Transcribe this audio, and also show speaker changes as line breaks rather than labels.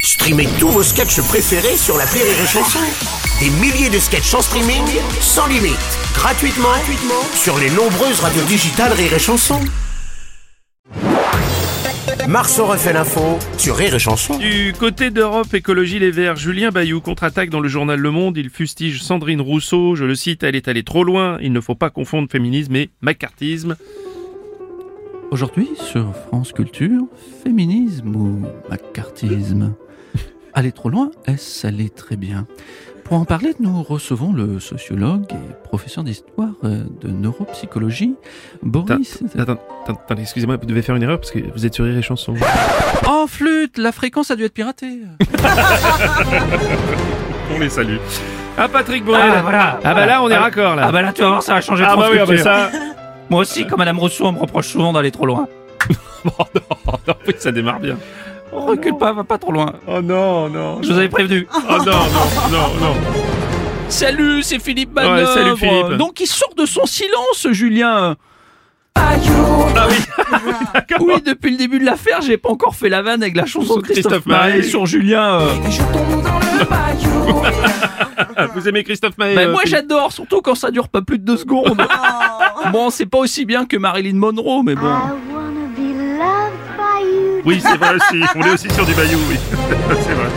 Streamez tous vos sketchs préférés sur la Rire et Chanson. Des milliers de sketchs en streaming, sans limite, gratuitement, gratuitement sur les nombreuses radios digitales Rire et Chanson. Marceau refait l'info sur Rire et Chanson.
Du côté d'Europe Écologie Les Verts, Julien Bayou contre-attaque dans le journal Le Monde. Il fustige Sandrine Rousseau. Je le cite, elle est allée trop loin. Il ne faut pas confondre féminisme et macartisme.
Aujourd'hui, sur France Culture, féminisme ou macartisme Aller trop loin, est-ce aller très bien Pour en parler, nous recevons le sociologue et professeur d'histoire euh, de neuropsychologie, Boris.
Attends, attends, attends, excusez-moi, vous devez faire une erreur parce que vous êtes sur Rire et Chanson.
En flûte La fréquence a dû être piratée
On les salue. Ah, Patrick Borel.
Ah, voilà.
Ah, bah là, on est raccord, là.
Ah bah là, tu vas voir, ça a changé de
Ah, bah oui, ah, bah
transculture.
ça.
Moi aussi, comme Madame Rousseau, on me reproche souvent d'aller trop loin.
Oh non, non, oui, ça démarre bien.
Recule pas, va pas trop loin.
Oh non, non.
Je vous avais prévenu.
Oh non, non, non, non.
Salut, c'est Philippe
Ouais,
Manœuvre.
salut, Philippe.
Donc il sort de son silence, Julien.
Ah
Oui, depuis le début de l'affaire, j'ai pas encore fait la vanne avec la chanson de Christophe,
Christophe
Maé
Maé.
sur Julien. euh.
Ah, Vous aimez Christophe Maé
Bah,
euh,
moi
Philippe
j'adore, surtout quand ça dure pas plus de deux secondes. bon, c'est pas aussi bien que Marilyn Monroe, mais bon.
I wanna be loved by you.
Oui, c'est vrai aussi. On est aussi sur du Bayou, oui. c'est vrai.